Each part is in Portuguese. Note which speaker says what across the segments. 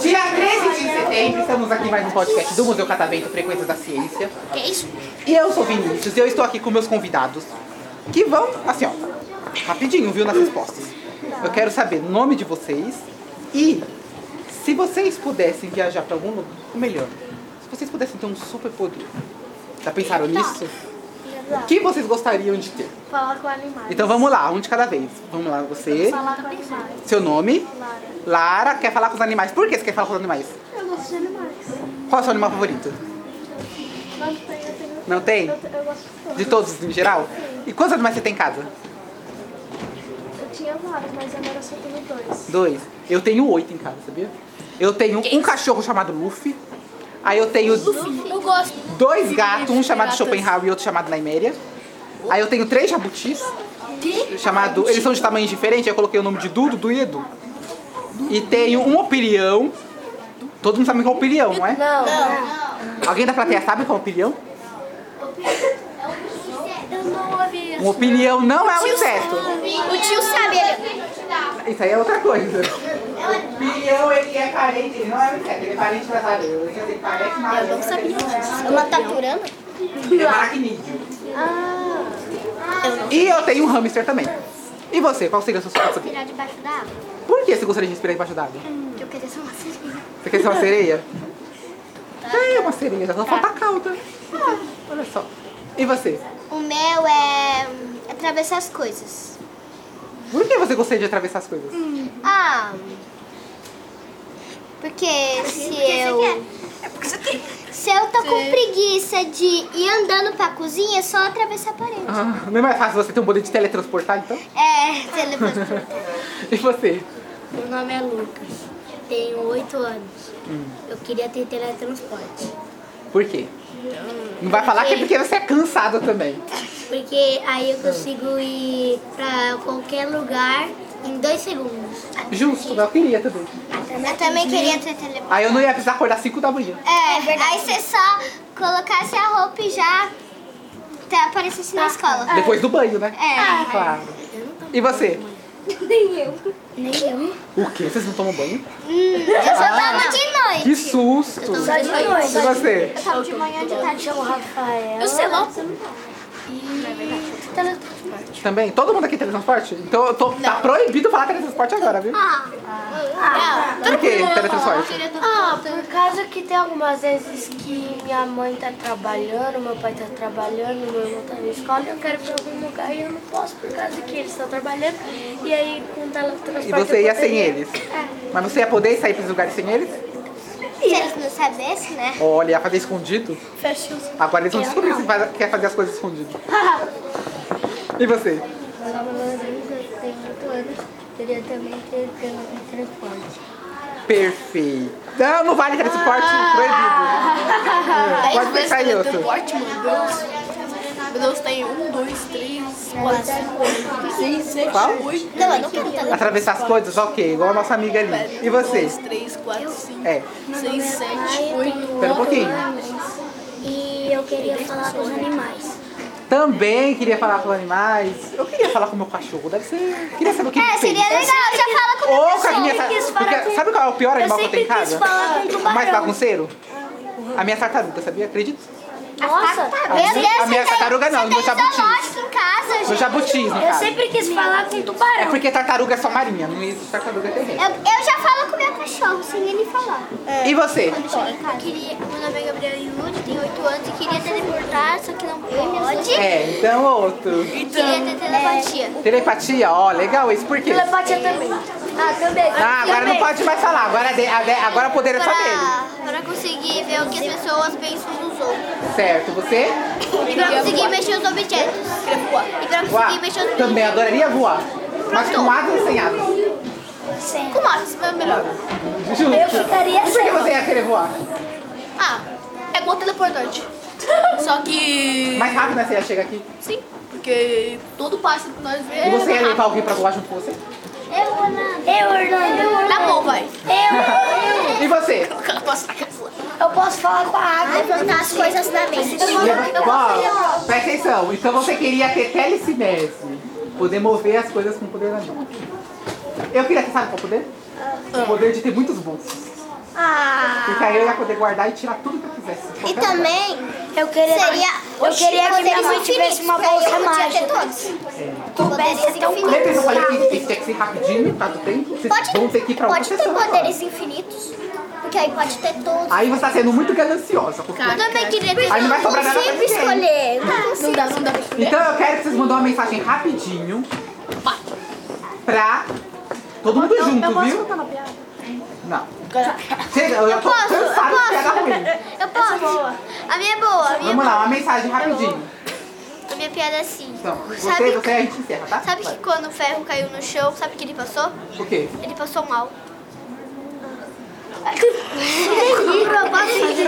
Speaker 1: Dia 13 de setembro, estamos aqui em mais um podcast do Museu Catavento Frequências da Ciência.
Speaker 2: Que isso?
Speaker 1: E eu sou Vinícius e eu estou aqui com meus convidados, que vão, assim ó, rapidinho, viu, nas respostas. Eu quero saber o nome de vocês e se vocês pudessem viajar para algum lugar, ou melhor, se vocês pudessem ter um superpoder, já pensaram nisso? O que vocês gostariam de ter?
Speaker 2: Falar com animais.
Speaker 1: Então vamos lá, um de cada vez. Vamos lá, você.
Speaker 2: Falar com animais.
Speaker 1: Seu nome?
Speaker 2: Lara.
Speaker 1: Lara quer falar com os animais. Por que você quer falar com os animais?
Speaker 2: Eu gosto de animais.
Speaker 1: Qual é o seu animal favorito?
Speaker 2: Não tem, eu tenho.
Speaker 1: Não tem?
Speaker 2: Eu, eu gosto de todos.
Speaker 1: De todos em geral? E quantos animais você tem em casa?
Speaker 2: Eu tinha vários, mas agora eu só tenho dois.
Speaker 1: Dois. Eu tenho oito em casa, sabia? Eu tenho um cachorro chamado Luffy. Aí eu tenho
Speaker 3: Eu gosto.
Speaker 1: dois gatos, um chamado Schopenhauer e outro chamado Naiméria. Aí eu tenho três jabutis, chamado. Eles são de tamanhos diferentes, aí eu coloquei o nome de Du, Dudu e Edu. E tenho um opilião. Todo mundo sabe qual é o opilião, não é?
Speaker 3: Não.
Speaker 1: Alguém da plateia sabe qual é o opilião?
Speaker 2: Eu não ouvi
Speaker 1: Um opilião não é um inseto.
Speaker 2: O tio sabe, ele...
Speaker 1: Isso aí é outra coisa. O Pirião, ele é parente, ele não é inseto, ele é parente das areias. Ele parece uma areia. Ah, Eu não sabia disso.
Speaker 2: Uma taturana?
Speaker 1: Ele é Ah. aracnídeo. E eu tenho um hamster também. E você, qual seria o seu superpoder?
Speaker 2: Tirar debaixo da água.
Speaker 1: Por que você gostaria de respirar debaixo d'água?
Speaker 2: Eu queria ser uma sereia.
Speaker 1: Você quer ser uma sereia? É, uma sereia, só falta a cauda. Ah, olha só. E você?
Speaker 2: O meu é atravessar as coisas.
Speaker 1: Por que você gostaria de atravessar as coisas?
Speaker 2: Ah... Porque se eu...
Speaker 3: É
Speaker 2: Se eu tô com preguiça de ir andando pra cozinha, é só atravessar a parede.
Speaker 1: Ah, não é mais fácil você ter um poder de teletransportar, então?
Speaker 2: É, teletransporte.
Speaker 1: E você?
Speaker 3: Meu nome é Lucas. Tenho 8 anos. Eu queria ter teletransporte.
Speaker 1: Por quê? Não vai falar que é porque você é cansado também.
Speaker 3: Porque aí eu consigo ir pra qualquer lugar em 2 segundos.
Speaker 1: Justo, né? eu queria também.
Speaker 2: Eu também queria ter teletransporte.
Speaker 1: Aí eu não ia precisar acordar 5 da manhã.
Speaker 2: É, aí você só colocasse a roupa e já até aparecesse na escola.
Speaker 1: Depois do banho, né?
Speaker 2: É.
Speaker 1: Claro. E você?
Speaker 3: Nem eu.
Speaker 1: O quê? Vocês não tomam banho?
Speaker 2: Hum, Eu só tomo de noite.
Speaker 1: Que susto!
Speaker 3: Só de noite.
Speaker 1: E você?
Speaker 2: Eu tomo de manhã, de tarde, de
Speaker 3: Rafael. Eu sei lá.
Speaker 2: é
Speaker 3: E...
Speaker 2: tá
Speaker 3: Teletransporte.
Speaker 1: Também? Todo mundo aqui tem teletransporte? Então eu tô, tá proibido falar teletransporte agora, viu?
Speaker 2: Ah,
Speaker 1: Por quê teletransporte?
Speaker 3: Ah, por causa que tem algumas vezes que minha mãe tá trabalhando, meu pai tá trabalhando, meu irmão tá na escola e eu quero ir pra algum lugar e eu não posso por causa que eles estão trabalhando. E aí, com teletransporte.
Speaker 1: E você
Speaker 3: eu
Speaker 1: ia sem
Speaker 3: poderia.
Speaker 1: eles? Mas você ia poder sair pros lugares sem eles?
Speaker 2: Se eles não sabessem, né?
Speaker 1: Olha, ia fazer escondido?
Speaker 3: Fecha os. Meu
Speaker 1: Agora eles vão descobrir se faz- quer fazer as coisas escondido. E você?
Speaker 3: nome é Luísa, tenho 8 anos, queria também ter teletransporte.
Speaker 1: Perfeito. Não, não vale teletransporte proibido. É, Pode pensar em outro.
Speaker 4: Meu Deus, tem um, dois, três, quatro, cinco, oito, seis, sete,
Speaker 1: Qual?
Speaker 4: oito.
Speaker 2: Não, eu não quero teletransporte.
Speaker 1: Atravessar as coisas? Ok, igual a nossa amiga ali. E você?
Speaker 4: um, dois, três, quatro, cinco,
Speaker 1: É,
Speaker 4: seis, sete, oito.
Speaker 1: espera um pouquinho.
Speaker 2: E eu queria falar com os animais.
Speaker 1: Também queria falar com animais. Eu queria falar com meu cachorro, deve ser. Queria saber o que ele
Speaker 2: É, seria
Speaker 1: pensa.
Speaker 2: legal, já fala com o
Speaker 1: Ô,
Speaker 2: meu
Speaker 1: Carminha,
Speaker 2: cachorro.
Speaker 1: sabe, porque, sabe qual é o pior animal que eu tenho em casa? Mais bagunceiro? A minha tartaruga, sabia? Acredito.
Speaker 2: Nossa, Tá, meu Deus,
Speaker 1: a minha
Speaker 2: você tem-
Speaker 1: tartaruga não,
Speaker 2: você
Speaker 1: meu
Speaker 2: tem
Speaker 1: jabuti.
Speaker 2: zoológico em casa, gente.
Speaker 1: No jabutis, no caso.
Speaker 3: quis falar com tubarão.
Speaker 1: É porque tartaruga é só marinha, não existe tartaruga terrena.
Speaker 2: Eu, eu já falo com meu cachorro, sem ele falar.
Speaker 1: E você?
Speaker 2: Eu queria, meu nome é Gabriel Yude, tenho 8 anos e queria teleportar, só que não pode.
Speaker 1: É, então outro.
Speaker 2: Queria ter telepatia.
Speaker 1: Telepatia, ó, legal isso, por quê?
Speaker 3: Telepatia também. Ah, também.
Speaker 1: Ah, agora não pode mais falar, agora, de- a de- agora o poder é só dele.
Speaker 2: Pra, pra conseguir ver o que as pessoas pensam nos outros.
Speaker 1: Certo, você?
Speaker 2: E pra conseguir mexer os objetos. E pra
Speaker 1: Voar.
Speaker 2: conseguir mexer os
Speaker 1: Também adoraria voar. Mas com asas ou sem asas?
Speaker 2: Com motos, foi melhor.
Speaker 1: Justo.
Speaker 3: Eu ficaria
Speaker 1: E por que
Speaker 3: sem
Speaker 1: você ia querer voar?
Speaker 4: Ah, é igual teleportante. Só que.
Speaker 1: Mais rápido, né? Você ia chegar aqui.
Speaker 4: Sim, porque todo pássaro que nós é
Speaker 1: E
Speaker 4: vemos.
Speaker 1: você é ia levar alguém pra voar junto com você?
Speaker 2: Eu, Orlando.
Speaker 3: Eu, Orlando.
Speaker 4: Tá bom, vai.
Speaker 3: Eu,
Speaker 1: E você?
Speaker 4: Eu posso casar.
Speaker 3: Eu posso falar com a água.
Speaker 2: Vai plantar Ah, as coisas na mente.
Speaker 1: Bom, presta atenção. Então você queria ter telecinese. Poder mover as coisas com poder da mão. Eu queria ter, sabe qual é poder? O poder de ter muitos bolsos.
Speaker 2: Ah.
Speaker 1: Porque aí eu ia poder guardar e tirar tudo que eu quisesse. de
Speaker 2: E
Speaker 1: qualquer lugar.
Speaker 2: também
Speaker 3: Eu queria,
Speaker 2: seria.
Speaker 3: eu queria que minha mãe
Speaker 2: poderes
Speaker 3: tivesse uma
Speaker 2: infinitos, porque
Speaker 3: bolsa
Speaker 2: aí eu podia ter
Speaker 3: mágica.
Speaker 2: todos.
Speaker 3: Pudesse
Speaker 2: é
Speaker 3: ter um
Speaker 1: Lembra que eu falei
Speaker 3: carro.
Speaker 1: que tem que ser rapidinho, por causa do tempo? Vocês vão ter que ir pra
Speaker 2: Pode,
Speaker 1: outra
Speaker 2: pode ter
Speaker 1: sessão agora.
Speaker 2: poderes infinitos. Porque aí pode ter todos.
Speaker 1: Aí você tá sendo muito gananciosa. porque-
Speaker 2: Eu também queria ter
Speaker 1: Aí não vai
Speaker 2: todos.
Speaker 1: sobrar nada pra
Speaker 2: sempre
Speaker 1: ninguém.
Speaker 2: escolher.
Speaker 4: Não dá, não dá.
Speaker 1: Então eu quero que vocês mandem uma mensagem rapidinho pra todo mundo junto, viu?
Speaker 3: uma piada?
Speaker 1: Não. Chega, eu
Speaker 2: Eu
Speaker 1: tô
Speaker 2: posso, eu
Speaker 1: cansado de piada ruim.
Speaker 2: posso. Eu posso. A minha é boa, a minha é
Speaker 1: Vamos
Speaker 2: boa.
Speaker 1: lá, uma mensagem rapidinho.
Speaker 2: A minha piada é assim.
Speaker 1: Então, você,
Speaker 2: Sabe,
Speaker 1: você a gente encerra, tá?
Speaker 2: sabe que quando o ferro caiu no chão, sabe o que ele passou?
Speaker 1: Vai. O quê?
Speaker 2: Ele passou mal.
Speaker 4: Eu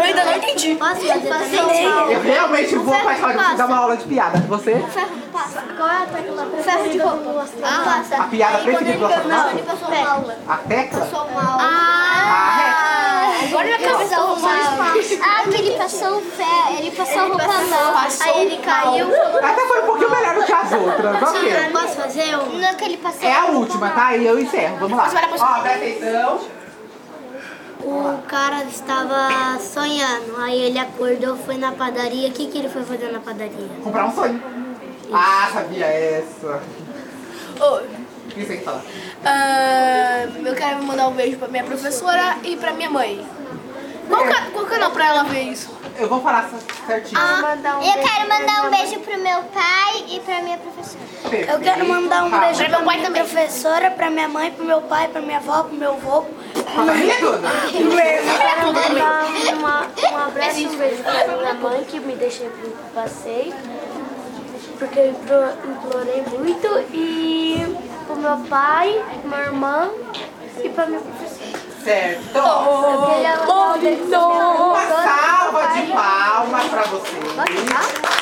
Speaker 4: ainda não entendi.
Speaker 2: Posso fazer também?
Speaker 1: Eu realmente vou pra história pra dar uma aula de piada. Você,
Speaker 2: Qual é a tecla O ferro de robô. Ah, passa.
Speaker 1: a piada preferida do nosso
Speaker 2: Não,
Speaker 1: canal?
Speaker 2: ele passou mal.
Speaker 1: A tecla? é.
Speaker 2: Passou mal. Ah!
Speaker 4: Agora minha cabeça tá
Speaker 2: mal. Ah, que ele passou o ferro, ele passou a roupa mal. Aí ele caiu.
Speaker 1: Até foi um pouquinho melhor do que as outras, ok.
Speaker 2: Posso fazer um? Não, que ele passou
Speaker 1: É a
Speaker 2: roupa
Speaker 1: última,
Speaker 2: mal.
Speaker 1: tá? E eu encerro, vamos lá.
Speaker 4: Agora posso-
Speaker 1: Ó, presta atenção.
Speaker 2: O cara estava sonhando, aí ele acordou, foi na padaria. O que, que ele foi fazer na padaria?
Speaker 1: Comprar um sonho. Ah, sabia essa. Então-
Speaker 4: Ô,
Speaker 1: O que você quer falar?
Speaker 4: ah, eu quero mandar um beijo pra minha professora e pra minha mãe. Qual, ca- qual canal pra ela ver isso?
Speaker 1: Eu vou falar certinho.
Speaker 3: Mandar um
Speaker 2: Ah, eu quero mandar um beijo pro meu pai e pra minha professora.
Speaker 3: Eu quero mandar um beijo
Speaker 4: Pra
Speaker 3: pra
Speaker 4: meu pai
Speaker 3: minha professora, pra minha mãe, pro meu pai, pra minha avó, pro meu avô.
Speaker 1: Pra família toda.
Speaker 3: Quero mandar uma, um abraço e um beijo pra minha mãe, que me deixou pro passeio, porque eu impro- implorei muito, e pro meu pai, minha irmã e pra minha professora.
Speaker 1: Certo. Então,
Speaker 3: Eu queria mandar um beijo pra minha
Speaker 1: uma
Speaker 3: professora,
Speaker 1: salva de palmas pra vocês.
Speaker 3: pra minha avó.